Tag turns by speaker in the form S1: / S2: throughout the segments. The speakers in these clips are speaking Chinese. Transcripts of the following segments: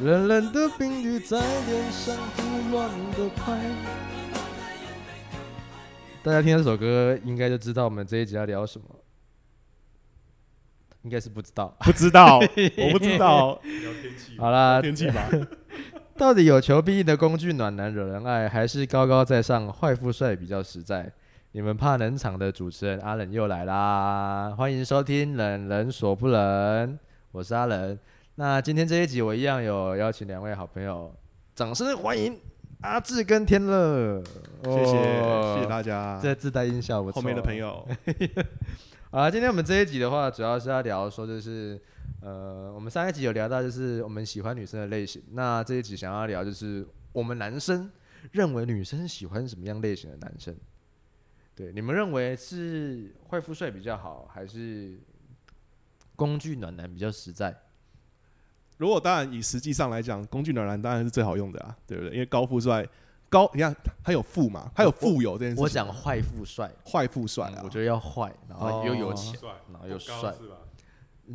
S1: 冷冷的冰雨在脸上胡乱的拍。大家听到这首歌，应该就知道我们这一集要聊什么。应该是不知道。
S2: 不知 道，我不知道，
S3: 聊天气吧，
S1: 好啦，
S2: 天气 吧，
S1: 到底有求必应的工具暖男惹人爱，还是高高在上坏富帅比较实在？你们怕冷场的主持人阿冷又来啦！欢迎收听《冷人所不冷》，我是阿冷。那今天这一集我一样有邀请两位好朋友，掌声欢迎阿志跟天乐。
S2: 谢谢，谢谢
S1: 家。
S2: 大家。
S1: 这自带音效不错。
S2: 后面的朋友，
S1: 啊，今天我们这一集的话，主要是要聊说，就是呃，我们上一集有聊到，就是我们喜欢女生的类型。那这一集想要聊，就是我们男生认为女生喜欢什么样类型的男生？对，你们认为是坏富帅比较好，还是工具暖男比较实在？
S2: 如果当然以实际上来讲，工具暖男当然是最好用的啊，对不对？因为高富帅，高你看他有富嘛，他有富有这件事情，
S1: 我讲坏富帅，
S2: 坏富帅啊
S1: 嗯，我觉得要坏，然后又有
S2: 哦
S1: 钱，
S3: 帅，
S1: 然后又
S3: 够高
S1: 帅
S3: 是吧？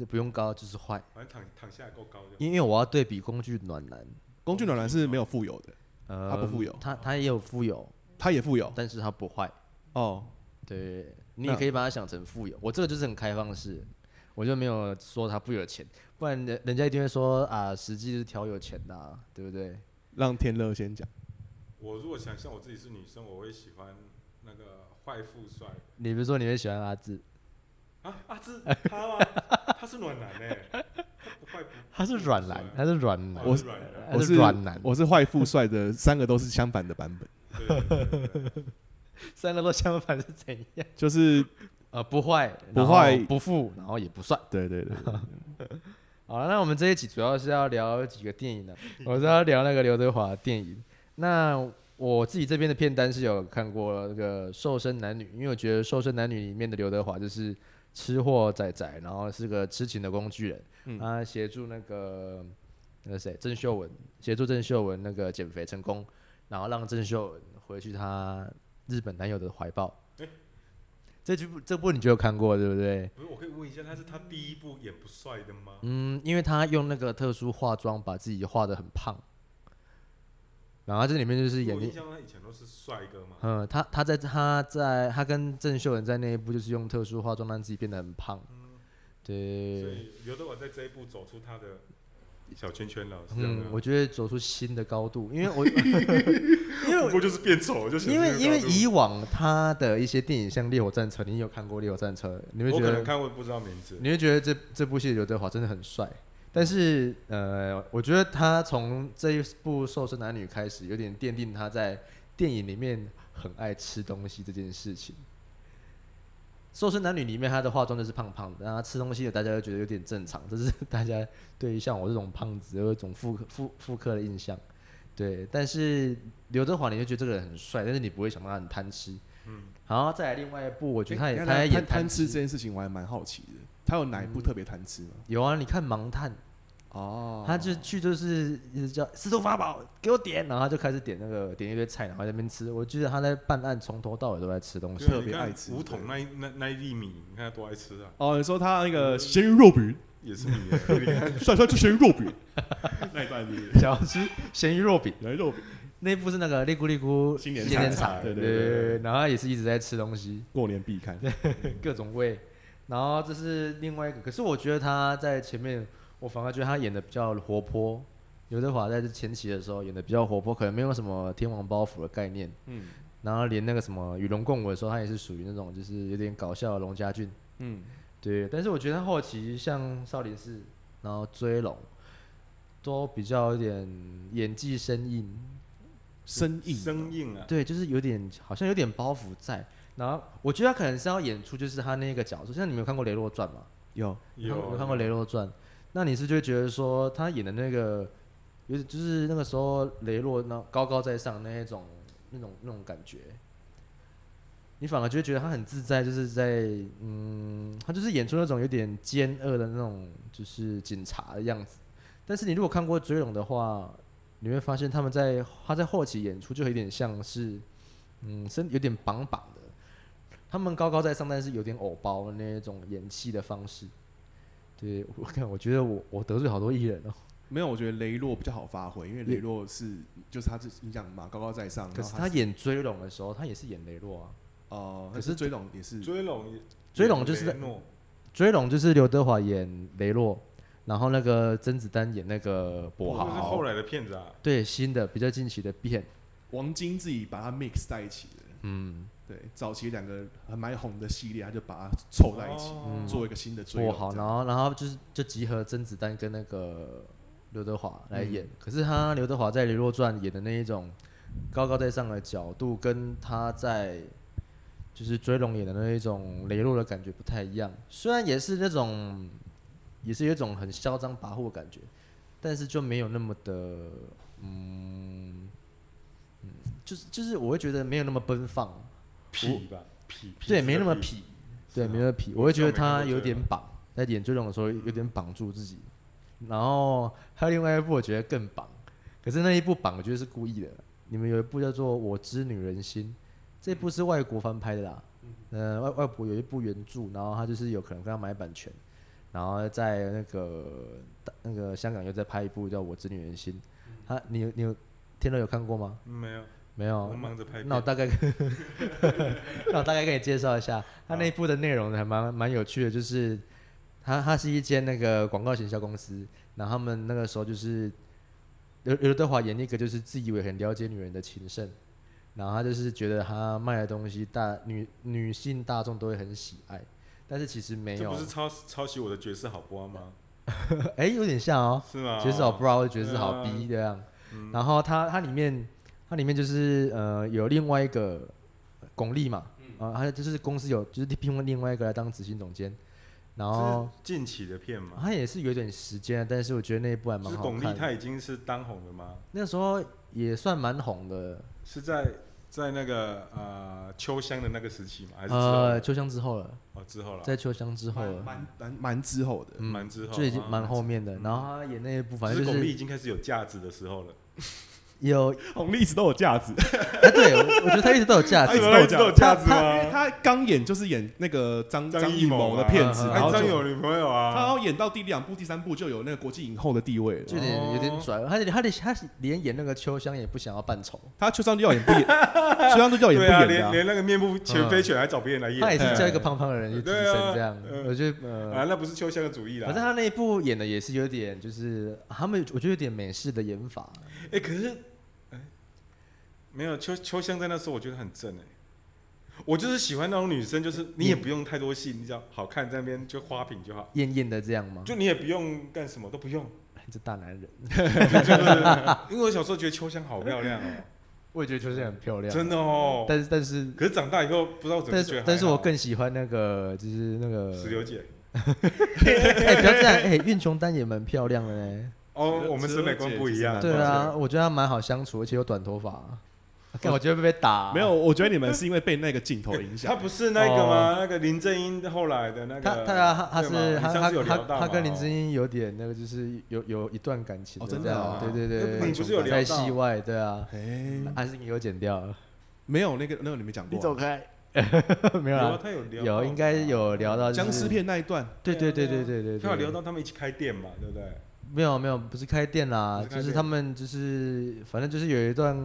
S1: 不用高就是坏，
S3: 反正躺躺下够高的，
S1: 因为我要对比工具暖男，
S2: 工具暖男是没有富有的，
S1: 呃，
S2: 他不富有
S1: 他他也有富有，
S2: 他也富有
S1: 但是他不坏。
S2: 哦，
S1: 对，你
S2: 那
S1: 也可以把它想成富有。我这个就是很开放式，我就没有说他不有钱，不然人人家一定会说啊，实际是挑有钱的、啊，对不对？
S2: 让天乐先讲，
S3: 我如果想象我自己是女生，我会喜欢那个坏富帅
S1: 你比如说你会喜欢阿志，
S3: 啊啊，这他 吗？他是暖男哎，他不坏不，
S1: 他是啊软男，他是软男，
S3: 我
S2: 我
S3: 是软男，
S1: 他
S2: 我
S1: 是
S2: 是
S1: 软男，
S2: 我是坏富帅的，三个都是相反的版 本，
S3: 对对对对对
S1: 三个都相反是怎样？
S2: 就是
S1: 呃，不坏，
S2: 不
S1: 然后
S2: 坏
S1: 不富，然后也不帅。
S2: 对对对，对
S1: 好了，那我们这一集主要是要聊几个电影的、我是要聊那个刘德华的电影。那我自己这边的片单是有看过那个《瘦身男女》，因为我觉得《瘦身男女》里面的刘德华就是吃货仔仔，然后是个痴情的工具人，
S2: 嗯
S1: 他协助那个那个谁郑秀文，协助郑秀文那个减肥成功，然后让郑秀文回去她日本男友的怀抱。
S3: 诶
S1: 这部这部你就有看过对不对？
S3: 不是，我可以问一下，他是他第一部演不帅的吗？
S1: 嗯，因为他用那个特殊化妆把自己画的很胖，然后这里面就是演
S3: 我
S1: 的
S3: 印，象他以前都是帅哥嘛，
S1: 嗯，他他在他在他跟郑秀文在那一部就是用特殊化妆让自己变得很胖，
S3: 所
S1: 对，
S3: 以刘德华在这一部走出他的小圈圈了，是这样
S1: 嗯，我
S3: 的。
S1: 觉得走出新的高度，因为我因
S3: 不
S1: 为
S3: 过就是变丑，就
S1: 因为因为以往他的一些电影像《烈火战车》，你有看过《烈火战车》？你会
S3: 我
S1: 觉
S3: 可
S1: 得
S3: 能看会不知道名字，
S1: 你会觉得这这部戏的刘德华真的很帅，但是呃，我觉得他从这一部《瘦身男女》开始，有点奠定他在电影里面很爱吃东西这件事情。《瘦身男女》里面他的化妆就是胖胖的，然后吃东西的大家都觉得有点正常，这是 大家对于像我这种胖子有一种复刻复复刻的印象。对，但是刘德华你就觉得这个人很帅，但是你不会想到他很贪吃。
S3: 嗯，
S1: 然后再来另外一部， 我觉得他也、
S2: 诶
S1: 他也
S2: 等一
S1: 演
S2: 下
S1: 嗯
S2: 哎贪贪吃这件事情，我还蛮好奇的，他有哪一部特别贪吃吗？
S1: 有啊，你看《盲探》。
S2: 哦
S1: 他就去就是一直叫司徒法宝给我点，然后他就开始点那个点一堆菜，然后在那边吃。我记得他在办案从头到尾都在吃东西
S3: 对。啊
S2: 特
S3: 你
S2: 别
S3: 看
S2: 爱吃
S3: 五桶那一那那一粒米，你看他多爱吃啊，
S2: 哦，你说他那个咸鱼肉饼，
S3: 也是米 耶，你看
S2: 帅帅吃咸鱼肉饼， 那一段是不是
S1: 想要吃咸鱼肉饼，
S2: 咸鱼肉饼。
S1: 那一部是那个利咕利咕
S2: 新年
S1: 新年
S2: 菜
S1: 茶，
S2: 对
S1: 对
S2: 对对
S1: 对，然后他也是一直在吃东西，
S2: 过年必看。
S1: 各种味。然后这是另外一个，可是我觉得他在前面，我反而觉得他演的比较活泼。刘德华在这前期的时候演的比较活泼，可能没有什么天王包袱的概念，
S2: 嗯
S1: 然后连那个什么与龙共舞的时候，他也是属于那种就是有点搞笑的龙家俊。
S2: 嗯，
S1: 对，但是我觉得他后期像少林寺，然后追龙，都比较有点演技生硬，
S2: 生硬，
S3: 生硬啊，
S1: 对，就是有点好像有点包袱在。然后我觉得他可能是要演出就是他那个角色，像你们有看过《雷洛传》吗？
S2: 有
S1: 你看
S3: 有
S1: 有看过《雷洛传》，那你是就会觉得说他演的那个，有点就是那个时候雷洛那高高在上那一种那种那种感觉，你反而就会觉得他很自在，就是在嗯，他就是演出那种有点奸恶的那种就是警察的样子。但是你如果看过《追龙》的话，你会发现他们在他在后期演出就有点像是嗯，身有点绑绑的。他们高高在上，但是有点偶包的那一种演戏的方式。对，我看，我觉得我我得罪好多艺人哦。
S2: 没有，我觉得雷洛比较好发挥，因为雷洛是就是他是你讲嘛，高高在上，
S1: 可
S2: 然后
S1: 是
S2: 他
S1: 他演追龙的时候，他也是演雷洛啊。
S2: 哦，
S1: 可
S2: 可
S1: 是
S2: 是追龙也是
S3: 追龙也，
S1: 追龙就是
S3: 雷诺，
S1: 追龙就是刘德华演雷洛，然后那个甄子丹演那个
S3: 这
S1: 博
S3: 是后
S1: 豪。
S3: 来的片子啊。
S1: 对，新的比较近期的片，
S2: 王晶自己把它 mix 在一起的。
S1: 嗯，
S2: 对，早期两个很蛮红的系列，他就把它凑在一起，
S3: 哦
S2: 做一个新的追
S1: 博
S2: 龙。
S1: 豪，
S2: 这
S1: 然
S2: 样
S1: 后然后就是就集合甄子丹跟那个刘德华来
S2: 嗯
S1: 演。可是他刘德华在《雷洛传》演的那一种高高在上的角度，跟他在就是追龙演的那一种雷洛的感觉不太一样。虽然也是那种也是有一种很嚣张跋扈的感觉，但是就没有那么的嗯。嗯，就是就是，我会觉得没有那么奔放，
S3: 痞吧，痞，痞
S1: 对，
S3: 子
S1: 没那
S3: 的
S1: 么
S3: 痞
S1: 痞，
S3: 是
S1: 对，
S3: 啊
S1: 没那么痞。
S3: 我
S1: 我会
S3: 知
S1: 觉
S3: 道
S1: 得
S3: 美国
S1: 他
S3: 队
S1: 有
S3: 了
S1: 点绑，在演追龙的时候有点绑住自己。然后还有另外一部，我觉得更绑，可是那一部绑，我觉得是故意的。你们有一部叫做《我知女人心》，这部是外国翻拍的啦。呃，外外国有一部原著，然后他就是有可能跟他买版权，然后在那个那个香港又再拍一部叫《我知女人心》。他，你有你有天乐有看过吗？
S3: 嗯没有，
S1: 没有
S3: 我，忙着拍片。
S1: 那我大概， 那我大概给你介绍一下，它那一部的内容还蛮蛮有趣的，就是它它是一间那个广告行销公司，然后他们那个时候就是刘刘德华演一个就是自以为很了解女人的情圣，然后他就是觉得他卖的东西大女女性大众都会很喜爱，但是其实没
S3: 这
S1: 有
S3: 不，是抄抄袭我的爵士好波吗？
S1: 哎、有点像哦，
S3: 是吗？
S1: 爵士好不知道爵士好
S3: 对啊
S1: 逼这样。
S3: 嗯
S1: 然后它它里面它里面就是呃有另外一个巩俐嘛，啊、
S3: 嗯
S1: 还有就是公司有就是聘另外一个来当执行总监，然后
S3: 这是近期的片嘛，
S1: 他也是有一点时间，但是我觉得那一部啊还
S3: 就
S1: 蛮
S3: 是
S1: 好
S3: 巩俐
S1: 看的。
S3: 她已经是当红了吗？
S1: 那时候也算蛮红的，
S3: 是在在那个呃秋香的那个时期吗？还是之后？
S1: 呃，秋香之后了，
S3: 哦，之后了，
S1: 在秋香之后了，
S2: 蛮蛮蛮之后的，
S1: 嗯，
S3: 蛮之后，
S1: 就已经
S3: 啊
S1: 蛮后面的。然后他演那一部，反正
S3: 就
S1: 就是
S3: 巩俐已
S1: 是
S3: 经开始有价值的时候了，
S1: 有，
S2: 红历史都有价值。
S1: 哎，对我我觉得他一直都有价
S2: 一
S1: 值
S2: 直，
S3: 她一直
S2: 都
S3: 都
S2: 有
S3: 有
S2: 价
S3: 价
S2: 值
S3: 值
S2: 因为
S3: 吗？
S2: 他刚演就是演那个张
S3: 张
S2: 张
S3: 艺
S2: 艺谋
S3: 谋
S2: 的
S3: 啊
S2: 骗子，
S1: 嗯嗯
S2: 然
S3: 哎，
S2: 后
S3: 张
S2: 就
S3: 有女朋友
S2: 他好
S3: 啊，
S2: 像演到第两部、第三部就有那个国际影后的地位
S1: 就
S2: 了。
S1: 有点有点
S3: 哦
S1: 拽。他他他连演那个秋香也不想要扮丑，
S2: 他秋商都要演不演，秋商都叫演
S3: 对啊，
S2: 不演的
S3: 连
S2: 啊。
S3: 连那个面部前飞犬还找别人来
S1: 他也
S3: 演，
S1: 是叫一个胖胖的人去提
S3: 哎对
S1: 升
S3: 啊
S1: 这样，
S3: 嗯
S1: 我觉得呃，
S3: 啊，那不是秋香的主意啦。
S1: 反正他那一部演的也是有点，就是他们我觉得有点美式的演法，
S3: 哎、可是，哎、没有秋秋香在那时候，我觉得很正哎、我就是喜欢那种女生，就是你也不用太多戏，你只要好看在那边就花瓶就好，
S1: 艳艳的这样吗？
S3: 就你也不用干什么都不用，
S1: 这大男人，
S3: 就就是
S1: 啊
S3: 因为我小时候觉得秋香好漂亮哦、
S1: 我也觉得秋香很漂亮，
S3: 真的哦、
S1: 啊但是但是
S3: 可是长大以后不知道怎么
S1: 但
S3: 觉
S1: 是
S3: 得还好，
S1: 但是我更喜欢那个就是那
S2: 呃
S1: 个，
S3: 石榴姐
S1: 哎不要这 样，哎苑琼丹也蛮漂亮的嘞，
S3: 哦
S2: 石，榴
S3: 我们审美观不一样，
S1: 对
S3: 抱
S1: 啊，
S3: 歉，
S1: 我觉得她蛮好相处，而且有短头发，
S3: 哦
S1: 看我觉得会被打，
S2: 没有，，我觉得你们是因为被那个镜头影响
S3: 她。不是那
S1: 哦
S3: 个吗？那个林正英后来的那个，
S1: 他他啊，他他
S3: 对
S1: 是
S3: 嘛
S1: 他
S3: 你上
S1: 他
S3: 次有
S1: 他
S3: 聊到
S1: 他跟
S3: 嘛
S1: 林
S3: 哦
S1: 志英有点那个，就是有有一段感情
S2: 哦真
S1: 这
S2: 的
S1: 样
S2: 啊
S1: 对对
S3: 那
S1: 对，
S3: 不你不是有聊
S1: 在
S3: 到嗯
S1: 戏外，对啊，
S2: 哎，
S1: 还是你有剪掉了？
S2: 没有那个那个你没讲过啊
S1: 开，没有
S3: 有啊
S1: 啦，
S3: 他有聊到
S1: 有应该有聊到
S2: 啊
S1: 就是
S2: 僵尸，片那一段，
S1: 对对对
S3: 对啊对
S1: 对
S3: 啊
S1: 对对，
S3: 他有聊
S1: 对
S3: 到他们一起开店嘛，对不对？
S1: 没有没有，不是开店啦
S3: 不，是开
S1: 就是
S3: 店
S1: 他们就是反正就是有一段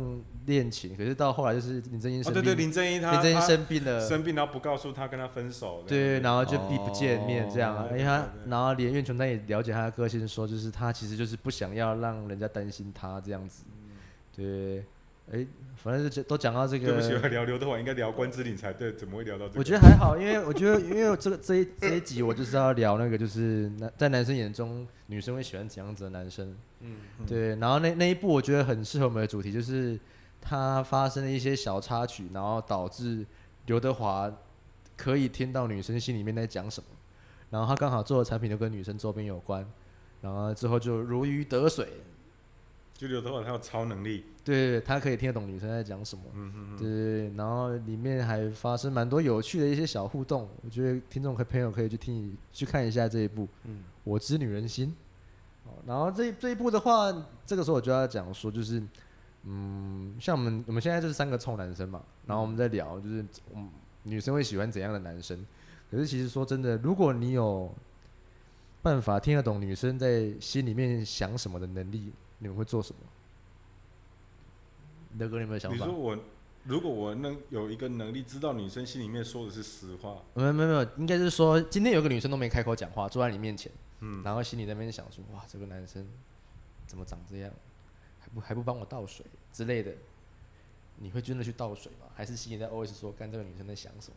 S1: 恋情，可是到后来就是林正英
S3: 哦，
S1: 生
S3: 对
S1: 病，
S3: 对，林正英他
S1: 林正英
S3: 他
S1: 生病了。
S3: 生病，然后不告诉他，跟他分手。
S1: 对，然后就避不见面这样啊，
S3: 哦
S1: 因为他
S3: 对对，对
S1: 然后连苑琼丹也了解他的个性，说就是他其实就是不想要让人家担心他这样子，
S3: 嗯
S1: 对，哎，反正就都讲到这
S3: 对不起，
S1: 个，
S3: 聊刘德华应该聊关之琳才对，怎么会聊到这个？
S1: 我觉得还好，因为我觉得因为这个这一这一集我就是要聊那个就是男在男生眼中女生会喜欢怎样子的男生，
S2: 嗯，
S3: 嗯
S1: 对，然后那那一部我觉得很适合我们的主题，就是他发生了一些小插曲，然后导致刘德华可以听到女生心里面在讲什么，然后他刚好做的产品都跟女生周边有关，然后之后就如鱼得水，
S3: 就刘德华他有超能力，
S1: 对他可以听得懂女生在讲什么，
S3: 嗯嗯，
S1: 对，然后里面还发生蛮多有趣的一些小互动，我觉得听众和朋友可以去听去看一下这一部《
S2: 嗯
S1: 我知女人心》哦。然后这这一部的话，这个时候我就要讲说，就是嗯，像我们我们现在就是三个臭男生嘛，然后我们在聊就是嗯女生会喜欢怎样的男生，可是其实说真的，如果你有办法听得懂女生在心里面想什么的能力，你们会做什么？德哥，你有没有想
S3: 你
S1: 法
S3: 说？我如果我能有一个能力知道女生心里面说的是实话，
S1: 没有没有没有，应该是说今天有个女生都没开口讲话，坐在你面前，
S3: 嗯，
S1: 然后心里在那边想说，哇，这个男生怎么长这样，还不还不帮我倒水之类的，你会真的去倒水吗？还是心里在 OS 说，干这个女生在想什么？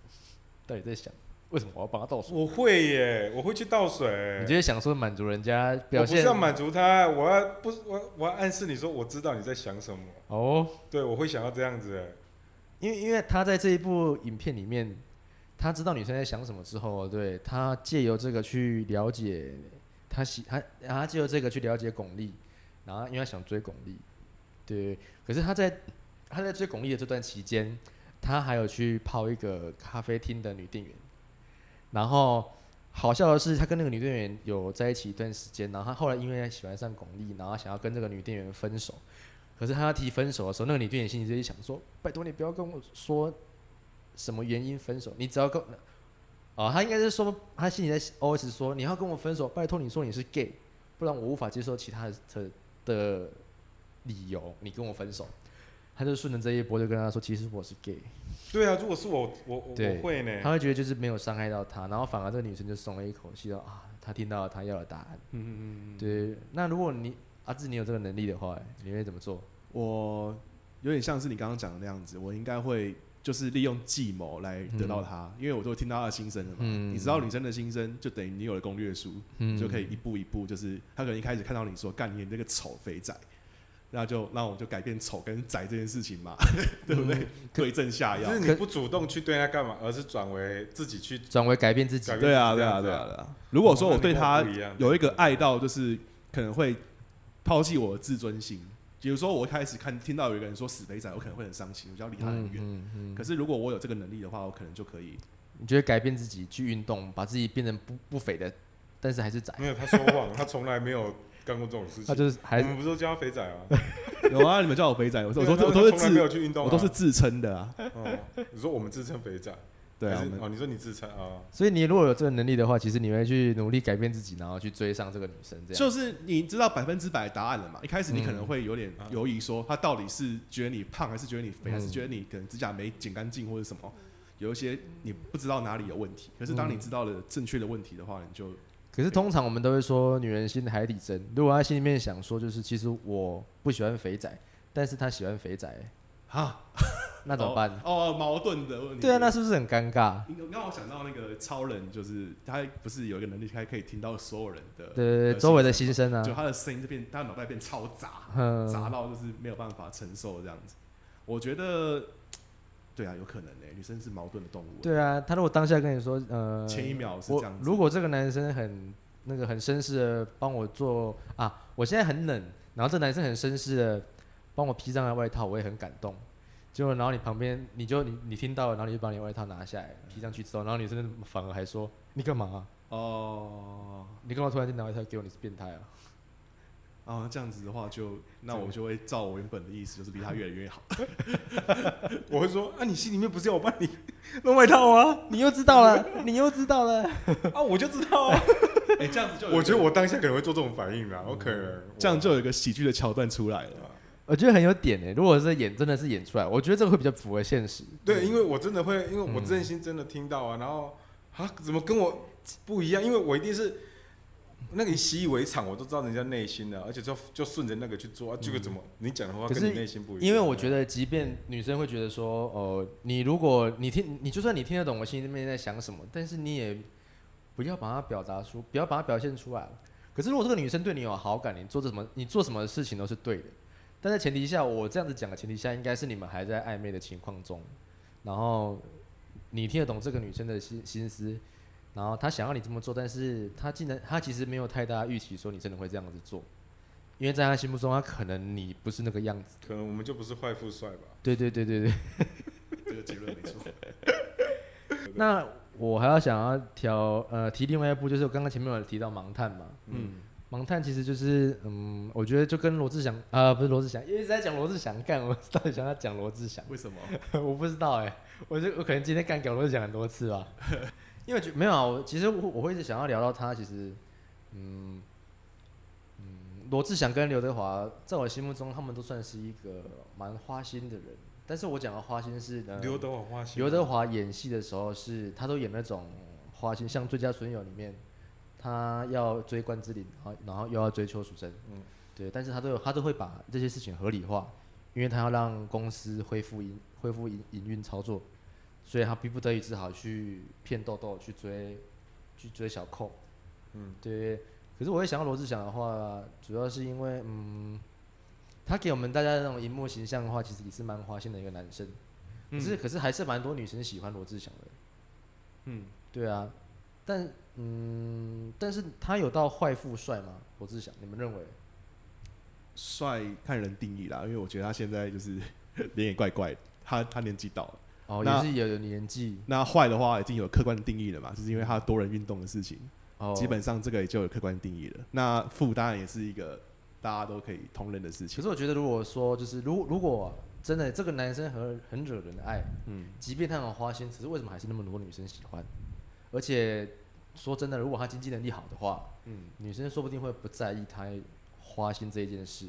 S1: 到底在想为什么我要帮她倒水？
S3: 我会耶，我会去倒
S1: 你
S3: 水。
S1: 就会想说满足人家表
S3: 呃我不是
S1: 现
S3: 要满足她，我要不，我我要暗示你说我知道你在想什么。
S1: 哦，
S3: 对，我会想要这样子耶。
S1: 因为因为他在这一部影片里面，他知道女生在想什么之后，哦对他借由这个去了解他喜他他借由这个去了解巩俐，然后因为他想追巩俐，对，可是他在他在追巩俐的这段期间，他还有去泡一个咖啡厅的女店员，然后好笑的是，他跟那个女店员有在一起一段时间，然后他后来因为喜欢上巩俐，然后想要跟这个女店员分手。可是他要提分手的时候，那个女店员心里就在想说：“拜托你不要跟我说什么原因分手，你只要跟……哦，他应该是说他心里在 OS 说你要跟我分手，拜托你说你是 gay，不然我无法接受其他的的的理由，你跟我分手。”他就顺着这一波就跟他说：“其实我是 gay。”
S3: 对啊，如果是我，我我
S1: 对
S3: 我会呢。
S1: 他会觉得就是没有伤害到他，然后反而这个女生就松了一口气，说啊，她听到了她要的答案。
S2: 嗯嗯嗯，
S1: 对，那如果你阿志你有这个能力的话，你会怎么做？
S2: 我有点像是你刚刚讲的那样子，我应该会就是利用计谋来得到他，因为我都听到他的心声了嘛。
S1: 嗯
S2: 你知道女生的心声，就等于你有了攻略书，
S1: 嗯
S2: 就可以一步一步，就是他可能一开始看到你说干你那个丑肥仔，那就那我就改变丑跟宅这件事情嘛， 对不对？对症下药
S3: 就。是你
S1: 可
S3: 不主动去对他干嘛，而是转为自己去
S1: 转为改变自己
S3: 改。变
S2: 对啊，
S3: 成这
S2: 对
S3: 样
S2: 啊，
S3: 子
S2: 对啊，对啊。如果说我对
S3: 哦
S2: 他
S3: 那你跟我不一样
S2: 有一个爱到，就是可能会抛弃我的自尊心。比如说，我一开始看听到有一个人说死肥仔，我可能会很伤心，我就要离他很远。
S1: 嗯嗯
S2: 可是如果我有这个能力的话，我可能就可以。
S1: 你觉得改变自己去运动，把自己变成不不肥的，但是还是窄，
S3: 没有，他说谎，他从来没有干过这种事
S1: 他
S3: 情。
S1: 就是
S3: 我
S1: 还是
S3: 们不是都叫他肥仔吗？
S2: 有啊，你们叫我肥仔， 我说我
S3: 对啊
S2: 都我
S3: 他
S2: 都是
S3: 从来没有
S2: 自
S3: 去运动啊，
S2: 我都是自称的啊。
S3: 嗯。你说我们自称肥仔，
S2: 对啊
S3: 还，是
S2: 我们
S3: 哦，你说你自称啊，
S1: 所以你如果有这个能力的话，其实你会去努力改变自己，然后去追上这个女生，这样。嗯
S2: 就是你知道百分之百答案了嘛？一开始你可能会有点犹疑，说他到底是觉得你胖，还是觉得你肥，
S1: 啊嗯
S2: 还是觉得你可能指甲没剪干净，或者什么，有一些你不知道哪里有问题。可是当你
S1: 嗯
S2: 知道了正确的问题的话，你就
S1: 可是通常我们都会说女人心海底针，如果她心里面想说就是其实我不喜欢肥仔，但是她喜欢肥仔，
S2: 啊，
S1: 那怎么办？
S2: 哦，哦矛盾的问题。
S1: 对啊，那是不是很尴尬？
S2: 你让我想到那个超人，就是他不是有一个能力，他可以听到所有人的呃
S1: 对对对，
S2: 的
S1: 周围的心声啊
S2: 就，他的声音就变，他的脑袋变超杂，
S1: 嗯
S2: 杂到就是没有办法承受这样子。我觉得，对啊，有可能呢、女生是矛盾的动物、
S1: 对啊，他如果当下跟你说，呃，
S2: 前一秒是这
S1: 我
S2: 样子，
S1: 如果这个男生很那个很绅士的帮我做啊，我现在很冷，然后这男生很绅士的帮我披上了外套，我也很感动。结果，然后你旁边你就你你听到了，然后你就把你外套拿下来披上去之后，然后女生反而还说嗯你干嘛啊、
S2: 哦
S1: 你干嘛突然间拿外套给我？你是变态啊！
S2: 啊这样子的话就，那我就会照我原本的意思，就是离他越来越好。
S3: 我会说啊，你心里面不是要我帮你弄外套啊？
S1: 你又知道了， 你又知道了。
S3: 啊，我就知道啊。
S2: 哎、这样子就有一个
S3: 我觉得我当下可能会做这种反应啦，我可能
S2: 这样就有一个喜剧的桥段出来了。
S1: 我觉得很有点诶、如果是演真的是演出来，我觉得这个会比较符合现实。
S3: 对，因为我真的会，因为
S1: 嗯
S3: 我真心真的听到啊，然后啊，怎么跟我不一样？因为我一定是那个习以为常，我都知道人家内心的，啊而且就就顺着那个去做啊。这个怎么你讲的
S1: 嗯
S3: 话
S1: 可
S3: 跟
S1: 是
S3: 你内心不一样？
S1: 因为我觉得，即便女生会觉得说，哦，你如果你听，你就算你听得懂我心里面在想什么，但是你也不要把它表达出，不要把它表现出来。可是如果这个女生对你有好感，你做这什么，你做什么事情都是对的。但在前提下，我这样子讲的前提下，应该是你们还在暧昧的情况中，然后你听得懂这个女生的心心思，然后她想要你这么做，但是她竟然她其实没有太大预期说你真的会这样子做，因为在她心目中，她可能你不是那个样子。
S3: 可能我们就不是坏富帅吧。
S1: 对对对对 对。
S2: 这个结论没错。
S1: 那我还要想要挑呃提另外一部，就是我刚刚前面有提到盲探嘛，
S2: 嗯，
S1: 盲探其实就是嗯，我觉得就跟罗志祥啊、呃不是罗志祥，因为一直在讲罗志祥，干我到底想要讲罗志 祥，
S2: 为什么？
S1: 我不知道哎、我就我可能今天干 掉罗志祥很多次吧，因为我觉没有啊，我其实我我会一直想要聊到他，其实嗯嗯，罗志祥跟刘德华在我心目中，他们都算是一个蛮花心的人。但是我讲的花心是呢，
S3: 刘德华花心，
S1: 嗯
S3: 啊
S1: 刘德华演戏的时候是，他都演那种花心，像《最佳损友》里面，他要追关之琳，然后然后又要追邱淑贞，
S3: 嗯
S1: 对，但是他都有他都会把这些事情合理化，因为他要让公司恢复营恢复营营运操作，所以他逼不得已只好去骗豆豆去追去追小寇，
S3: 嗯，
S1: 对，可是我会想到罗志祥的话，主要是因为嗯，他给我们大家那种荧幕形象的话，其实也是蛮花心的一个男生。可是、可是还是蛮多女生喜欢罗志祥的。
S2: 嗯，
S1: 对啊，但嗯，但是他有到坏富帅吗？罗志祥，你们认为？
S2: 帅看人定义啦，因为我觉得他现在就是脸也怪怪的，他他年纪到了。
S1: 哦，也
S2: 那
S1: 是有有年纪，
S2: 那坏的话已经有客观的定义了嘛，就是因为他多人运动的事情，
S1: 哦，
S2: 基。本上这个也就有客观定义了。那富当然也是一个大家都可以同认的事
S1: 可
S2: 情。
S1: 是我觉得，如果说就是如如果、真的这个男生很很惹人爱，
S2: 嗯，
S1: 即便他很花心，可是为什么还是那么多女生喜欢？而且说真的，如果他经济能力好的话，
S2: 嗯
S1: 女生说不定会不在意他花心这一件事。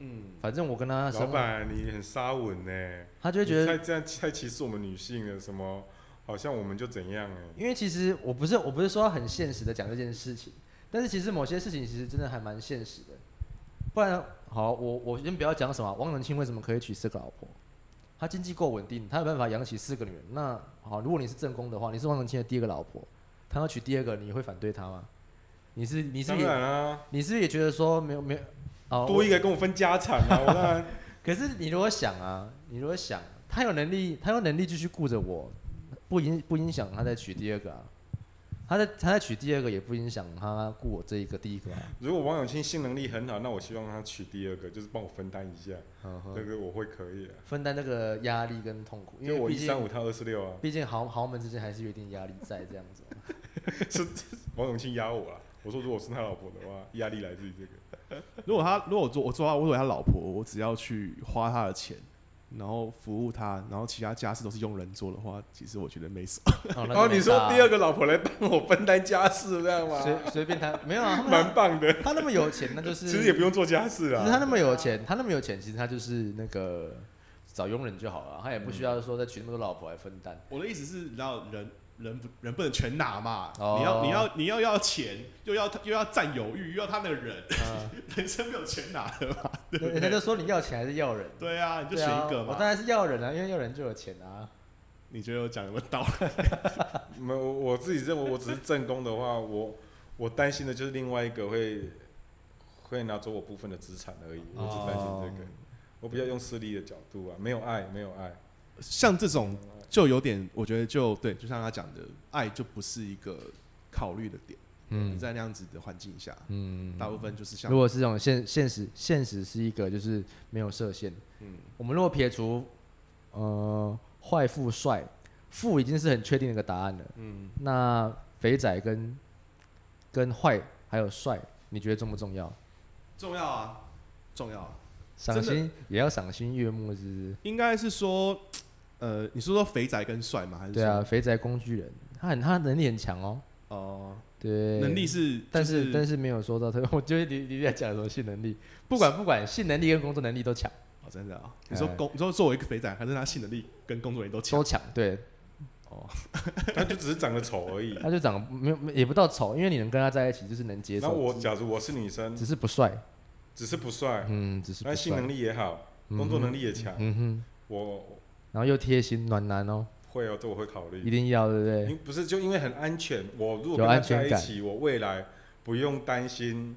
S2: 嗯，
S1: 反正我跟他
S3: 老
S1: 生活，
S3: 板你很沙文呢，
S1: 他啊就会觉
S3: 你
S1: 得
S3: 太这样太歧视我们女性了，什么好像我们就怎样哎，
S1: 因为其实我不是我不是说要很现实的讲这件事情，但是其实某些事情其实真的还蛮现实的。不然好，我我先不要讲什么，汪仁清为什么可以娶四个老婆？他经济够稳定，他有办法养起四个女人。那好，如果你是正宫的话，你是汪仁清的第二个老婆，他要娶第二个，你会反对他吗？你是你是
S3: 当
S1: 不是也
S3: 然啊，
S1: 你是不是也觉得说没有没有 哦
S3: 多一个跟我分家产啊，我当然
S1: 可是你如果想啊，你如果想，他有能力，他有能力继续顾着我，不影不影响他再娶第二个啊。他在他在娶第二个也不影响他顾我这一个第一个啊。
S3: 如果王永庆性能力很好，那我希望他娶第二个，就是帮我分担一下，
S1: 嗯
S3: 这
S1: 哼，
S3: 个我会可以啊，
S1: 分担这个压力跟痛苦，因
S3: 因为
S1: 为
S3: 我
S1: 毕
S3: 一三
S1: 竟
S3: 五，他二四六啊，
S1: 毕竟豪豪门之间还是有一定压力在这样子
S3: 哦
S1: 嘛。
S3: 是王永庆压我啊。我说如果是他老婆的话，压力来自于这个。
S2: 如果他如果我做我做他，我作为他老婆，我只要去花他的钱，然后服务他，然后其他家事都是佣人做的话，其实我觉得没什么。
S1: 哦，那
S3: 然后
S1: 就没
S3: 你说
S1: 差
S3: 第二个老婆来帮我分担家事，这样吗？
S1: 随随便他没有啊，他们
S3: 蛮棒的，
S1: 他那么有钱，那就是
S3: 其实也不用啊做家事
S1: 其实他
S3: 啦。
S1: 那么有钱，他那么有钱，其实他就是那个找佣人就好了，他也不需要说再娶那么多老婆来分担。
S2: 我的意思是，你知道人人不人不能全拿嘛，
S1: 哦
S2: 你要你要你要要钱，又要又要占有欲，又要他那个人，
S1: 嗯
S2: 人生没有全拿的嘛，对不
S1: 人家
S2: 对？
S1: 就说你要钱还是要人？
S2: 对啊，你就
S1: 对
S2: 选
S1: 啊，
S2: 一个
S1: 我
S2: 嘛。
S1: 当然是要人啊，因为要人就有钱啊。
S2: 你觉得我讲有没有道理？
S3: 没有，我我自己认为，我只是正宫的话，我我担心的就是另外一个会会拿走我部分的资产而已，我
S1: 哦
S3: 只担心这个。我比较用势力的角度啊，没有爱，没有爱。
S2: 像这种就有点，我觉得就对，就像他讲的，爱就不是一个考虑的点。你
S1: 嗯
S2: 在那样子的环境下，
S1: 嗯
S2: 大部分就是像
S1: 如果是这种现现实，现实是一个就是没有设限。
S2: 嗯
S1: 我们如果撇除呃坏富帅，富已经是很确定的一个答案了。
S2: 嗯，
S1: 那肥仔跟跟坏还有帅，你觉得重不重要？
S2: 重要啊，重要啊、
S1: 赏心也要赏心悦目，是不是？
S2: 应该是说，呃，你是说肥宅跟帅吗？还是
S1: 对啊，
S2: 说，
S1: 肥宅工具人，他很他能力很强哦。
S2: 哦、
S1: 对，
S2: 能力是，
S1: 但
S2: 就是
S1: 但是没有说到特别， 我觉得你你在讲什么性能力，不管不管性能力跟工作能力都强，
S2: 哦，真的啊、你说
S1: 哎嗯
S2: 工，你说作为一个肥宅，还是他性能力跟工作人员都强
S1: 都？强，对，
S3: 他就只是长得丑而已。
S1: 他就长得没有没也不到丑，因为你能跟他在一起就是能 接
S3: 那我
S1: 受，
S3: 假如我是女生，
S1: 只是不帅，
S3: 只是不帅，
S1: 嗯，只是
S3: 那
S1: 不
S3: 性
S1: 帅，
S3: 能力也好，工作能力也强，
S1: 嗯哼，
S3: 我
S1: 然后又贴心暖男哦，
S3: 会哦，这我会考虑
S1: 一。定要对不
S3: 因为
S1: 对？
S3: 不是就因为很安全，我如果
S1: 有
S3: 跟他
S1: 安全
S3: 在一
S1: 感
S3: 起，我未来不用担心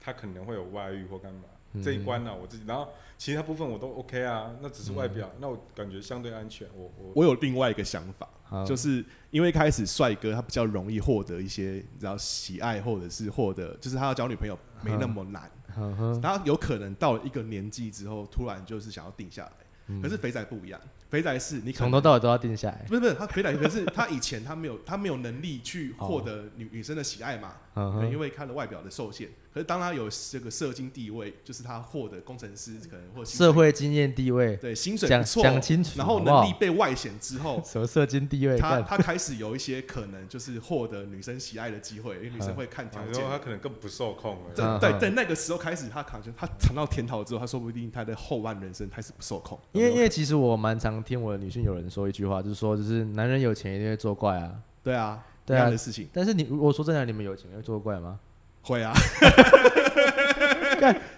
S3: 他可能会有外遇或干嘛、这一
S1: 嗯
S3: 关呢、啊我自己。然后其他部分我都 OK 啊，那只是外表，那我感觉相对安全。我我
S2: 我有另外一个想法，
S1: 好
S2: 就是因为开始帅哥他比较容易获得一些你知道喜爱，或者是获得，就是他要交女朋友没那么难。
S1: 嗯哼，
S2: 他有可能到了一个年纪之后，突然就是想要定下来。
S1: 嗯
S2: 可是肥仔不一样，肥宅是你可
S1: 从
S2: 能
S1: 头到尾都要定下来。
S2: 不是不是，他肥仔，可是他以前他没有他没有能力去获得女女生的喜爱嘛，
S1: 哦嗯
S2: 可能因
S1: 哼，
S2: 为他的外表的受限。可是当他有这个社经地位，就是他获得工程师可能或薪水
S1: 社会经验地位，
S2: 对薪水
S1: 讲
S2: 不错，
S1: 讲清楚，
S2: 然
S1: 好
S2: 后
S1: 不
S2: 能
S1: 好
S2: 力被外显之 后，
S1: 什么社经地位，
S2: 他
S1: 干
S2: 他开始有一些可能就是获得女生喜爱的机会，因为女
S1: 嗯
S2: 生会看条
S3: 然后
S2: 件。
S3: 他可能更不受控了。
S1: 这嗯
S2: 对对对，那个时候开始，他可能他尝到甜头之后，他说不定他的后半人生开始不受控。
S1: 因为因
S2: 为
S1: 为其实我蛮常听我的女性友人说一句话，就是说就是男人有钱一定会作怪啊，
S2: 对啊，
S1: 对
S2: 一
S1: 啊
S2: 样的事情
S1: 但是你如果说真的你们有钱会作怪吗？
S2: 会啊。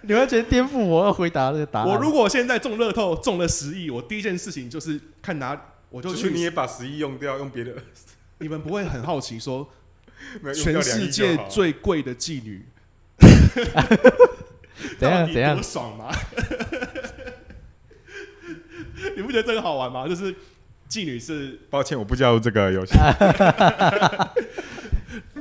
S1: 你完全颠覆我要回答这个答案。
S2: 我如果现在中乐透中了十亿，我第一件事情就是看哪，我就
S3: 就
S2: 去
S3: 是你也把十亿用掉，用别的，
S2: 你们不会很好奇说，
S3: 没有用掉
S2: 全
S3: 两亿
S2: 世
S3: 就
S2: 界
S3: 好
S2: 最贵的妓女
S1: 怎
S2: 到
S1: 样
S2: 底
S1: 怎样
S2: 多，爽吗？ 你不觉得这个好玩吗？就是妓女是
S3: 抱歉，我不加入这个游戏。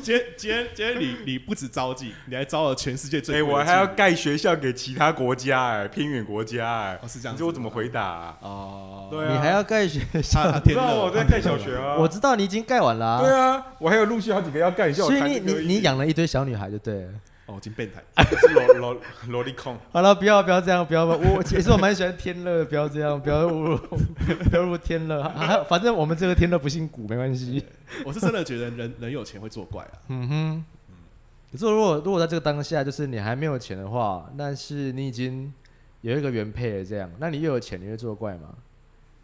S2: 今天今天今天你你不止招妓，你还招了全世界
S3: 哎、
S2: 最贵的
S3: 我还要
S2: 妓女
S3: 盖学校给其他国家、哎，偏远国家、哎、
S2: 哦是这样
S3: 你
S2: 子吗，
S3: 说我怎么回答、
S2: 哦？
S3: 对啊，
S1: 你还要盖学
S2: 他
S1: 校？
S2: 他
S3: 不知
S2: 天
S3: 道
S2: 乐，
S3: 我在盖小学啊。
S1: 我知道你已经盖完了、
S3: 对啊，我还有陆续好几个要盖，你叫我
S1: 所以
S3: 谈
S1: 你
S3: 这个
S1: 你你养了一堆小女孩就对了。
S2: 哦，已经变态。
S3: 是萝萝萝莉控，
S1: 好了，不要不要这样，不要不要我其实我蛮喜欢天乐的，不要这样，不要侮辱不要侮辱天乐、 啊。反正我们这个天乐不姓古，没关系。
S2: 我是真的觉得人人有钱会作怪啊。
S1: 嗯哼。可是如果如果在这个当下，就是你还没有钱的话，但是你已经有一个原配了，这样，那你又有钱，你会作怪吗？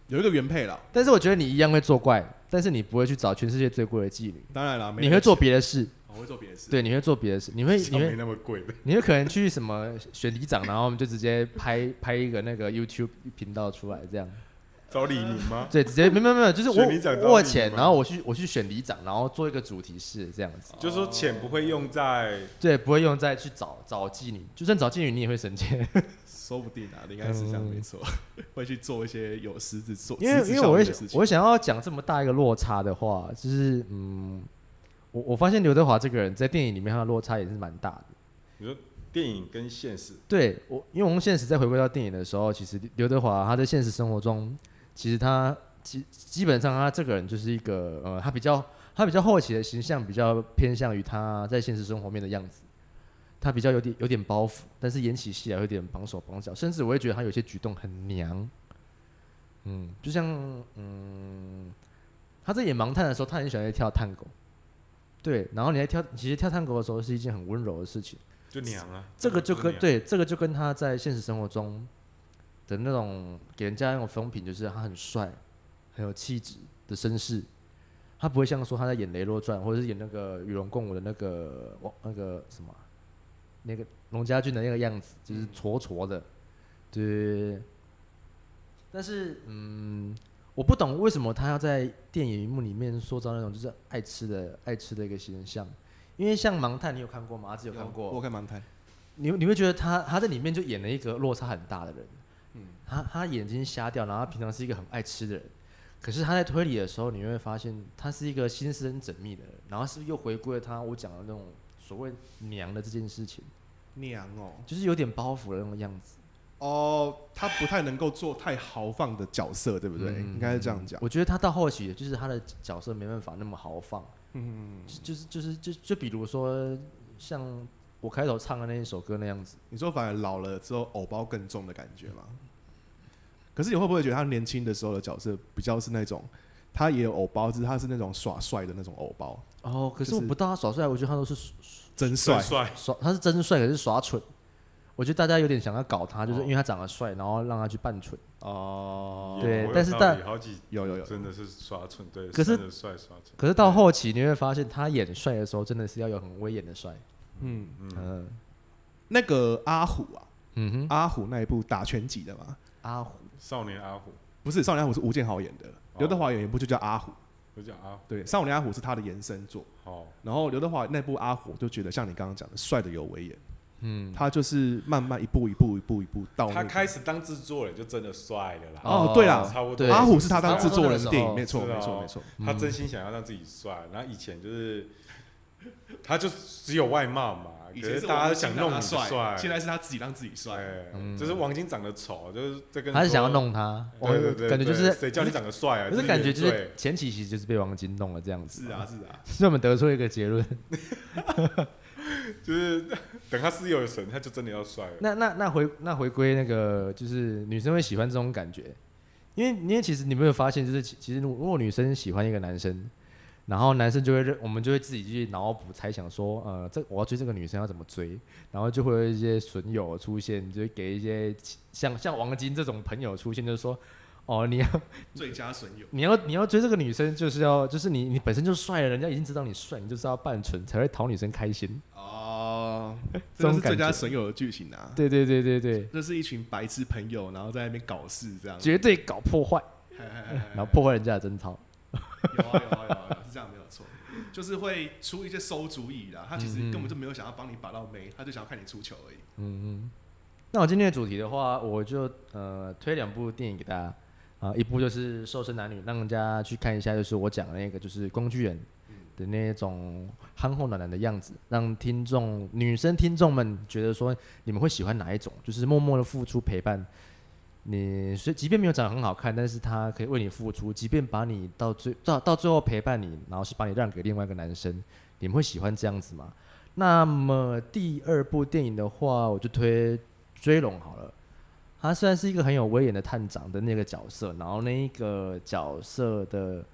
S2: 有一个原配了，
S1: 但是我觉得你一样会作怪，但是你不会去找全世界最贵的妓女，
S2: 当然了，没
S1: 你
S2: 人
S1: 会做
S2: 钱，哦
S1: 别的事，
S2: 我会做别的事。
S1: 对，你会做别的事，你会你
S3: 像没
S2: 哦
S1: 会
S3: 那么贵的。
S1: 你会可能去什么选里长，然后我们就直接拍拍一个那个 YouTube 频道出来，这样，
S3: 找李宁吗？
S1: 对，直接没有没有没有，就是
S3: 选里长
S1: 我
S3: 到
S1: 我有
S3: 底
S1: 钱，
S3: 吗
S1: 然后我去我去选里长，然后做一个主题式这样子，
S3: 就是说钱不会用在
S1: 对，不会用在去找找妓女，就算找妓女你也会省钱。
S2: 说不定啊，应该是这样没错， 会去做一些有实质做，
S1: 嗯因为
S2: 实质
S1: 因为
S2: 效
S1: 我
S2: 力
S1: 会
S2: 的
S1: 想
S2: 事情
S1: 我会想要讲这么大一个落差的话，就是嗯，我我发现刘德华这个人在电影里面他的落差也是蛮大的。
S3: 你说电影跟现实，
S1: 对我，因为我们现实在回归到电影的时候，其实刘德华他在现实生活中，其实他基基本上他这个人就是一个呃，他比较他比较后期的形象比较偏向于他在现实生活面的样子，他比较有点有点包袱，但是演起戏来有点绑手绑脚，甚至我会觉得他有些举动很娘。嗯，就像嗯，他在演盲探的时候，他很喜欢去跳探戈，对，然后你在跳，其实跳探戈的时候是一件很温柔的事情。
S3: 就娘啊，
S1: 这个就
S3: 娘
S1: 跟对，这个就跟他在现实生活中的那种给人家那种风评，就是他很帅，很有气质的绅士。他不会像说他在演《雷洛传》或者是演那个《与龙共舞》的那个王那个什么啊那个龙家俊的那个样子，就是挫挫的，对。但是，嗯，我不懂为什么他要在电影幕里面塑造那种就是爱吃的爱吃的一个形象，因为像《盲探》，你有看过吗？阿志有看过？
S2: 我看盲探，
S1: 你你会觉得他他在里面就演了一个落差很大的人，
S2: 嗯
S1: 他他眼睛瞎掉，然后他平常是一个很爱吃的人，可是他在推理的时候，你会发现他是一个心思很缜密的人，然后是不是又回归了他我讲的那种所谓娘的这件事情，
S2: 娘哦
S1: 就是有点包袱的那种样子，
S2: 哦，他不太能够做太豪放的角色，对不对？
S1: 嗯
S2: 应该是这样讲。
S1: 我觉得他到后期就是他的角色没办法那么豪放，
S2: 嗯，
S1: 就是就是就就比如说像我开头唱的那一首歌那样子，
S2: 你说反而老了之后偶包更重的感觉吗？可是你会不会觉得他年轻的时候的角色比较是那种，他也有偶包，只是他是那种耍帅的那种偶包，
S1: 哦，可是我
S2: 就是
S1: 不到他耍帅，我觉得他都是
S2: 真
S3: 帅
S2: 帅。
S3: 帅，
S1: 耍他是真帅，可是耍蠢。我觉得大家有点想要搞他，就是
S2: 哦
S1: 因为他长得帅，然后让他去扮蠢。哦
S3: 也
S1: 对
S3: 颇，有
S1: 但是
S3: 道
S1: 但
S3: 理好几
S2: 有有有，
S3: 真的是刷蠢，对，
S1: 可是
S3: 真的帅刷蠢，
S1: 可是到后期你会发现，他演帅的时候真的是要有很威严的帅。
S2: 嗯，
S3: 嗯，
S1: 嗯
S2: 那个阿虎啊，
S1: 嗯哼，
S2: 阿虎那一部打拳击的嘛，
S1: 阿虎
S3: 少年阿虎，
S2: 不是《少年阿虎》是吴建豪演的，刘德华演一部就叫《阿虎》，
S3: 我讲阿
S2: 对，《少年阿虎》是他的延伸作。
S3: 虎，哦，
S2: 然后刘德华那部《阿虎》就觉得像你刚刚讲的，帅的有威严，
S1: 嗯，
S2: 他就是慢慢一步一步一步一步到、那
S3: 他
S2: 个
S3: 开始当制作人就真的帅了啦。
S2: 哦对啦
S3: 差不多
S1: 对，
S2: 阿虎是他当制作人
S1: 差不多那个时
S2: 的
S1: 候
S2: 电影，没错
S3: 是哦
S2: 没错没错，
S3: 他真心想要让自己帅，然后以前就是他就只有外貌嘛，
S2: 以
S3: 可
S2: 前
S3: 是
S2: 是
S3: 大家
S2: 王
S3: 都
S2: 晶
S3: 想
S2: 让
S3: 弄
S2: 他
S3: 你帅，
S2: 帅，现在是他自己让自己帅。
S3: 对
S1: 嗯
S3: 哎就是王晶长得丑，就是在跟你
S1: 他是想要
S3: 说，
S1: 弄他，我
S3: 对对对，
S1: 感觉就
S3: 对
S1: 是，
S3: 谁叫你长得帅啊？
S1: 可
S3: 这
S1: 是感觉
S3: 原
S1: 就
S3: 罪
S1: 是前期其实就是被王晶弄了这样子，
S2: 是啊，，是啊，
S1: 所以我们得出一个结论。
S3: 就是等他事业有成，他就真的要帅了。
S1: 那那那回那回归那个就是女生会喜欢这种感觉，因为因为其实你有没有发现，就是其其实如如果女生喜欢一个男生，然后男生就会认，我们就会自己去脑补猜想说，呃，这我要追这个女生要怎么追，然后就会有一些损友出现，就会给一些像像王晶这种朋友出现，就是说。哦，你要
S2: 最佳损友。
S1: 你要你要追这个女生，就是要就是你你本身就帅了，人家已经知道你帅，你就是要扮蠢才会讨女生开心。
S2: 哦，
S1: 这
S2: 这
S1: 种
S2: 是最
S1: 感
S2: 佳
S1: 觉
S2: 损友的剧情啊！
S1: 对对对对对，
S2: 这是一群白痴朋友，然后在那边搞事这样。
S1: 绝对搞破坏，
S2: 嘿嘿嘿嘿
S1: 然后破坏人家的贞操。
S2: 有啊有啊有啊，有啊是这样没有错，就是会出一些馊主意啦。他其实
S1: 嗯嗯
S2: 根本就没有想要帮你把到妹，他就想要看你出球而已。
S1: 嗯嗯，那我今天的主题的话，我就呃推两部电影给大家啊、一部就是《瘦身男女》，让人家去看一下，就是我讲的那个就是工具人的那种憨厚暖男的样子，让听众女生听众们觉得说你们会喜欢哪一种，就是默默的付出陪伴。你所以即便没有长得很好看，但是他可以为你付出，即便把你到最到到最后陪伴你，然后是把你让给另外一个男生，你们会喜欢这样子吗？那么第二部电影的话，我就推《追龙》好了。他虽然是一个很有威严的探长的那个角色，然后那一个角色的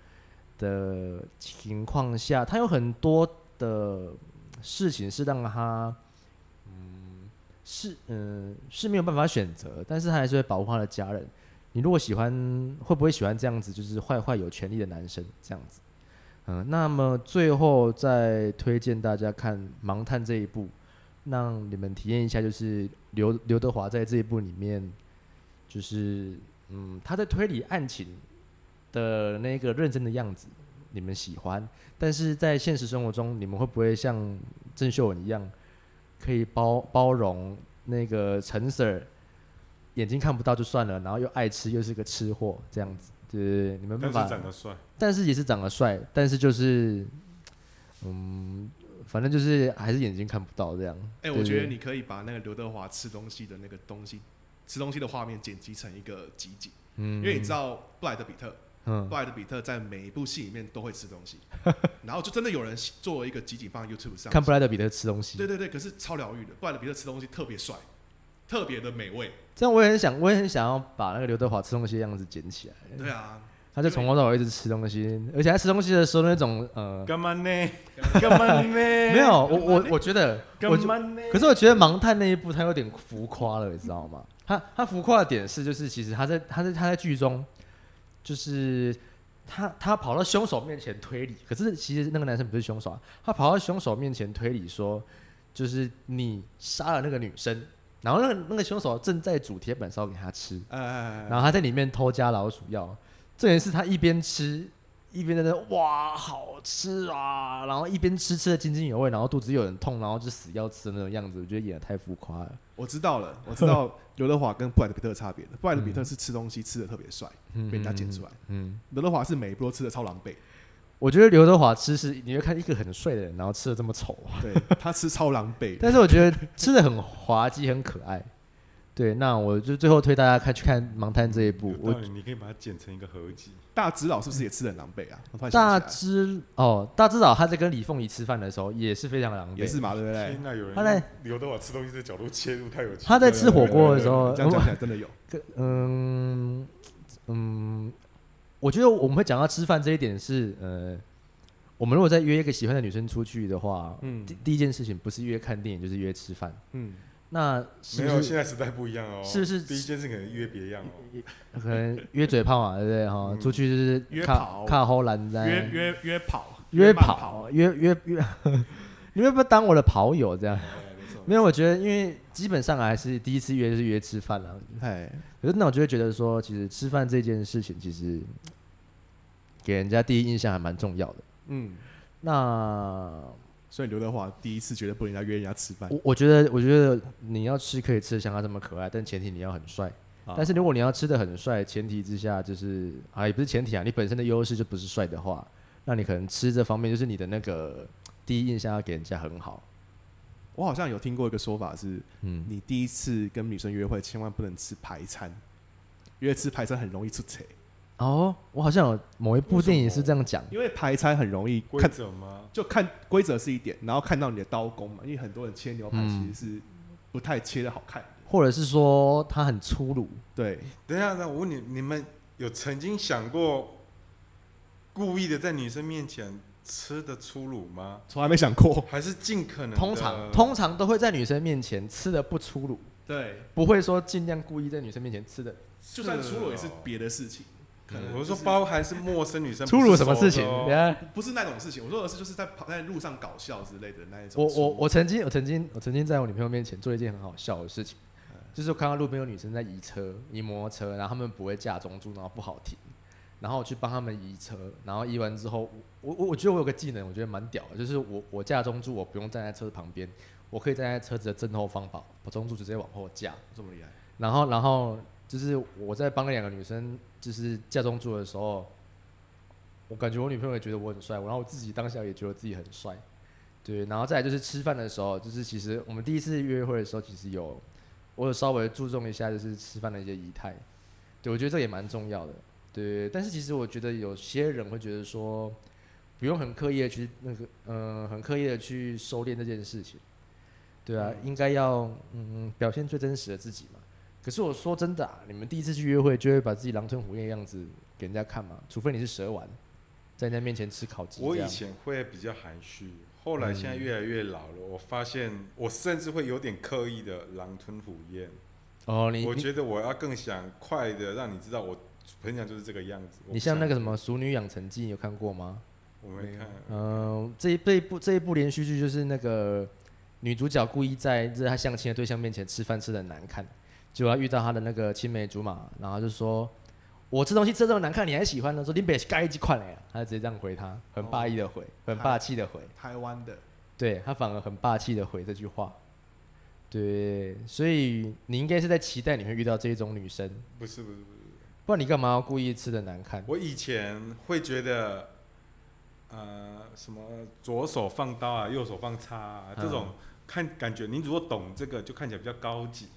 S1: 的情况下，他有很多的事情是让他，嗯，是嗯是没有办法选择，但是他还是会保护他的家人。你如果喜欢，会不会喜欢这样子，就是坏坏有权利的男生这样子？嗯，那么最后再推荐大家看《盲探》这一部，让你们体验一下，就是刘刘德华在这一部里面，就是嗯，他在推理案情的那个认真的样子，你们喜欢。但是在现实生活中，你们会不会像郑秀文一样，可以包包容那个陈 Sir 眼睛看不到就算了，然后又爱吃又是个吃货这样子？就是你们
S3: 但
S1: 办
S3: 是
S1: 法。
S3: 长得帅，
S1: 但是也是长得帅，但是就是，嗯，反正就是还是眼睛看不到这样。
S2: 哎、
S1: 对
S2: 我觉得你可以把那个刘德华吃东西的那个东西，吃东西的画面剪辑成一个集锦，
S1: 嗯
S2: 因为你知，道布莱德比特，
S1: 嗯
S2: 布，莱德比特在每一部戏里面都会吃东 西，然后就真的有人做了一个集锦放在 YouTube 上，
S1: 看布莱德彼特吃东西，
S2: 对对对，可是超疗愈的，布莱德比特吃东西特别帅，特别的美味，
S1: 这样我也很想，我也很想要把那个刘德华吃东西的样子捡起来。
S2: 对啊，
S1: 他就从头到尾一直吃东西，而且他吃东西的时候那种呃，
S3: 干嘛呢？ 干嘛呢？
S1: 没
S3: 没
S1: 有，我我我觉得，我
S3: 干嘛呢？
S1: 可是我觉得盲探那一部他有点浮夸了，你知道吗？他他浮夸的点是，就是其实他在他在他在剧中，就是他他跑到凶手面前推理，可是其实那个男生不是凶手啊，他跑到凶手面前推理说，就是你杀了那个女生，然后那个那个凶手正在煮铁板烧给他吃，
S2: 呃，
S1: 然后他在里面偷加老鼠药，重点是他一边吃一边在那哇好吃啊，然后一边吃吃的津津有味，然后肚子又很痛，然后就死要吃的那种样子，我觉得演的太浮夸了。
S2: 我知道了，我知道刘德华跟布莱德比特的差别了。布莱德比特是吃东西吃的特别帅，被人家剪出来；
S1: 嗯，
S2: 刘德华是每一波吃的超狼 狈，
S1: 我觉得刘德华吃是，你会看一个很帅的人，然后吃的这么丑，
S2: 对他吃超狼狈。
S1: 但是我觉得吃的很滑稽，很可爱。对，那我就最后推大家看去看《盲探》这一部。
S3: 有
S1: 我
S3: 道理你可以把它剪成一个合集，
S2: 大直佬是不是也吃的很狼狈啊？我突然
S1: 大
S2: 想起
S1: 只哦，大只佬他在跟李凤仪吃饭的时候也是非常狼
S2: 来，
S1: 狈，
S2: 也是嘛，对不 对
S3: 天？哪，有人
S1: 他在
S3: 刘德华吃东西的角度切入，太有趣了。
S1: 他在吃火锅的时候，
S2: 这样 讲起来真的有，
S1: 嗯嗯，我觉得我们会讲到吃饭这一点是，呃，我们如果再约一个喜欢的女生出去的话，
S2: 嗯
S1: 第第一件事情不是约看电影，就是约吃饭。
S2: 嗯，
S1: 那是
S3: 没
S1: 不
S3: 有，
S1: 是
S3: 现在时代不一样哦。
S1: 是不是
S3: 第一件事可能约别样哦？
S1: 可能约嘴炮嘛，对不对？哈，
S3: 嗯
S1: 出去就是
S2: 约
S1: 卡
S2: 跑
S1: 卡后栏在
S2: 约约约跑，
S1: 约
S2: 慢，
S1: 跑约约约，你会不会当我的跑友这样？
S2: 哎没错
S1: 没有，我觉得因为基本上还是第一次约就是约吃饭了，
S2: 哎，
S1: 可是那我就会觉得说，其实吃饭这件事情，其实给人家第一印象还蛮重要的。
S2: 嗯，
S1: 那
S2: 所以刘德华第一次觉得不能人家约人家吃饭，
S1: 我我觉得，我觉得你要吃可以吃的像他这么可爱，但前提你要很帅。
S2: 啊
S1: 但是如果你要吃的很帅，前提之下就是啊，也不是前提啊，你本身的优势就不是帅的话，那你可能吃这方面就是你的那个第一印象要给人家很好。
S2: 我好像有听过一个说法是，
S1: 嗯，
S2: 你第一次跟女生约会，千万不能吃排餐，因为吃排餐很容易出错，
S1: 哦，我好像有某一部电影是这样讲，
S2: 因为排餐很容易
S3: 规
S2: 看
S3: 则吗？
S2: 就看规则是一点，然后看到你的刀工嘛，因为很多人切牛排其实是不太切的好看的，
S1: 或者是说他很粗鲁，
S2: 对，
S3: 等一下，那我问你，你们有曾经想过故意的在女生面前吃的粗鲁吗？
S2: 从来没想过，
S3: 还是尽可能的？
S1: 通常通常都会在女生面前吃的不粗鲁，
S2: 对，
S1: 不会说尽量故意在女生面前吃的。
S2: 就算粗鲁也是啊别的事情，可能
S3: 我是
S2: 就
S3: 说
S2: 是
S3: 包含是陌生女生
S1: 粗鲁什么事情？啊
S3: 不是熟
S1: 等
S3: 的哦
S1: 下
S2: 不是那种事情，我说的是就是在跑在路上搞笑之类的那一种
S1: 我
S2: 粗
S1: 我
S2: 鲁。
S1: 我曾经我曾经我曾经在我女朋友面前做一件很好笑的事情，就是我看到路边有女生在移车移摩托车，然后她们不会架中柱，然后不好停，然后我去帮她们移车，然后移完之后，我我我觉得我有个技能，我觉得蛮屌的，就是我我架中柱，我不用站在车子旁边，我可以站在车子的正后方把把中柱直接往后架，
S2: 这么厉害，
S1: 然后，然后就是我在帮那两个女生就是嫁妆做的时候，我感觉我女朋友也觉得我很帅，然后我自己当下也觉得自己很帅，对。然后再来就是吃饭的时候，就是其实我们第一次约会的时候，其实有我有稍微注重一下就是吃饭的一些仪态，对我觉得这也蛮重要的，对。但是其实我觉得有些人会觉得说，不用很刻意的去那个，嗯、很刻意的去收敛这件事情，对啊，应该要嗯表现最真实的自己嘛。可是我说真的、啊，你们第一次去约会就会把自己狼吞虎咽的样子给人家看嘛？除非你是蛇丸，在人家面前吃烤鸡
S3: 我
S1: 这样。
S3: 以前会比较含蓄，后来现在越来越老了，我发现我甚至会有点刻意的狼吞虎咽。
S1: 哦，你
S3: 我
S1: 你
S3: 觉得我要更想快的让你知道我很想就是这个样子。我不
S1: 你像那
S3: 想
S1: 个什么《熟女养成记》，你有看过吗？
S3: 我没看，
S1: 嗯、这一这一部这一部连续剧就是那个女主角故意在就是她相亲的对象面前吃饭吃的难看，结果她遇到她的那个青梅竹马，然后就说：“我吃东西吃得这么难看，你还喜欢呢？”说林北是盖一鸡块嘞，啊她就直接这样回他，很霸意的
S3: 哦
S1: 回，很霸气的回，
S2: 台湾的
S1: 对他反而很霸气的回这句话。对，所以你应该是在期待你会遇到这种女生，
S3: 不是不是不是，
S1: 不然你干嘛要故意吃的难看？
S3: 我以前会觉得，呃，什么左手放刀啊，右手放叉啊，这种
S1: 嗯
S3: 看感觉，你如果懂这个，就看起来比较高级，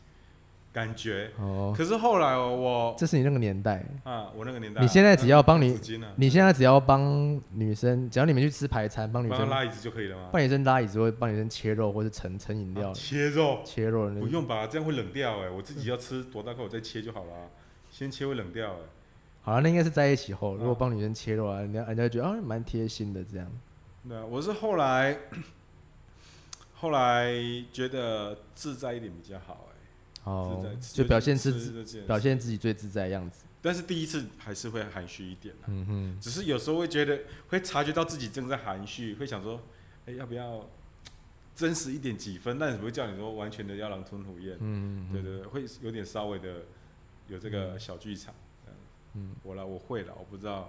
S3: 感觉。
S1: 哦，
S3: 可是后来哦我
S1: 这是你那个年代，
S3: 啊，我那个年代啊，
S1: 你现在只要帮
S3: 那
S1: 你
S3: 纸巾啊呢，
S1: 你现在只要帮女生，只要你们去吃排餐，帮女
S3: 帮他
S1: 生
S3: 拉椅子就可以了吗？
S1: 帮女生拉椅子，或者帮女生切肉，或者盛盛饮料、
S3: 啊切肉
S1: 切肉的那
S3: 不用吧，这样会冷掉哎，我自己要吃多大块我再切就好了啊，先切会冷掉哎。
S1: 好了，那应该是在一起后，如果
S3: 啊
S1: 帮女生切肉啊，人家人家会觉得啊蛮贴心的这样。
S3: 那啊我是后来， 后来觉得自在一点比较好哎、
S1: 哦
S3: 自在，
S1: 就表现自
S3: 这件事
S1: 表现自己最自在的样子。
S3: 但是第一次还是会含蓄一点啊、
S1: 嗯哼，
S3: 只是有时候会觉得会察觉到自己正在含蓄，会想说，哎、要不要真实一点几分？但是不会叫你说完全的要狼吞虎咽，
S1: 嗯
S3: 对对对，会有点稍微的有这个小剧场。嗯，我啦，我会啦，我不知道。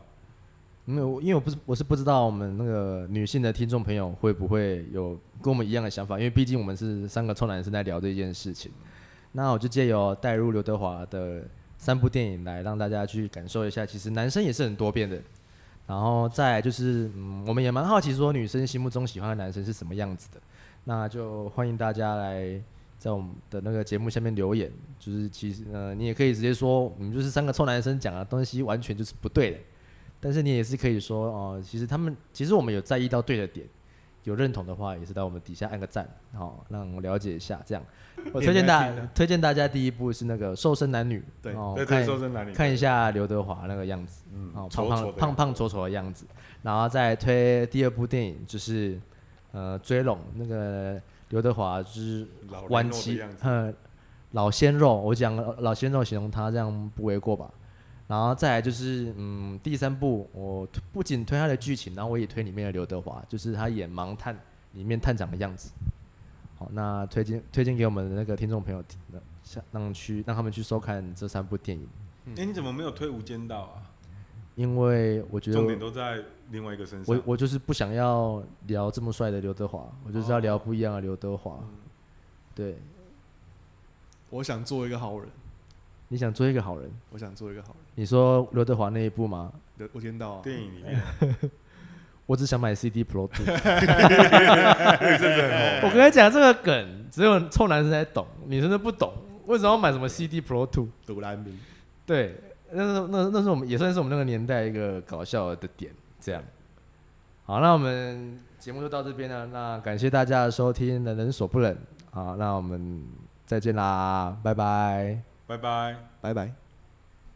S1: 没有，我因为我不是我是不知道我们那个女性的听众朋友会不会有跟我们一样的想法，因为毕竟我们是三个臭男生在聊这件事情。那我就借由带入刘德华的三部电影来让大家去感受一下，其实男生也是很多变的。然后再来就是，嗯，我们也蛮好奇说女生心目中喜欢的男生是什么样子的，那就欢迎大家来在我们的那个节目下面留言，就是其实呃，你也可以直接说呃我们就是三个臭男生讲的东西完全就是不对的。但是你也是可以说哦，其实他们其实我们有在意到对的点，有认同的话也是到我们底下按个赞，好、让我了解一下。这样，我推荐大
S2: 也蛮听
S1: 推荐大家第一部是那个《瘦身男女》，
S2: 对
S1: 哦
S3: 对，
S1: 看
S3: 对，说在哪里？
S1: 看一下刘德华那个样子，
S3: 嗯
S1: 哦，
S3: 丑
S1: 胖
S3: 丑
S1: 胖
S3: 的
S1: 胖胖丑丑的样子，然后再推第二部电影就是呃追龙那个刘德华就是
S3: 老人
S1: 晚
S3: 哦肉的
S1: 期
S3: 样子
S1: 呃老鲜肉，我讲老鲜肉形容他这样不为过吧。然后再来就是嗯第三部我推不仅推他的剧情，然后我也推里面的刘德华，就是他演盲探里面探长的样子。好，那推荐推荐给我们的那个听众朋友听的，想让去让他们去收看这三部电影。
S3: 哎、你怎么没有推《无间道》啊？
S1: 因为我觉得
S3: 重点
S1: 我
S3: 都在另外一个身上。
S1: 我我就是不想要聊这么帅的刘德华，我就是要聊不一样的刘德华。
S3: 哦嗯
S1: 对，
S2: 我想做一个好人，
S1: 你想做一个好人？
S2: 我想做一个好人。
S1: 你说刘德华那一部吗？
S2: 刘我今天到啊，
S3: 电影里面，
S1: 我只想买 CD Pro Two。
S3: 对，真的很
S1: 我跟你讲，这个梗只有臭男生才懂，女生都不懂。为什么要买什么 CD Pro Two？
S2: 杜兰明，
S1: 对，那是那那是我们也算是我们那个年代一个搞笑的点。这样，好，那我们节目就到这边了。那感谢大家的收听，能人所不冷。好，那我们再见啦，拜拜。
S3: 红，拜拜。
S2: 拜拜。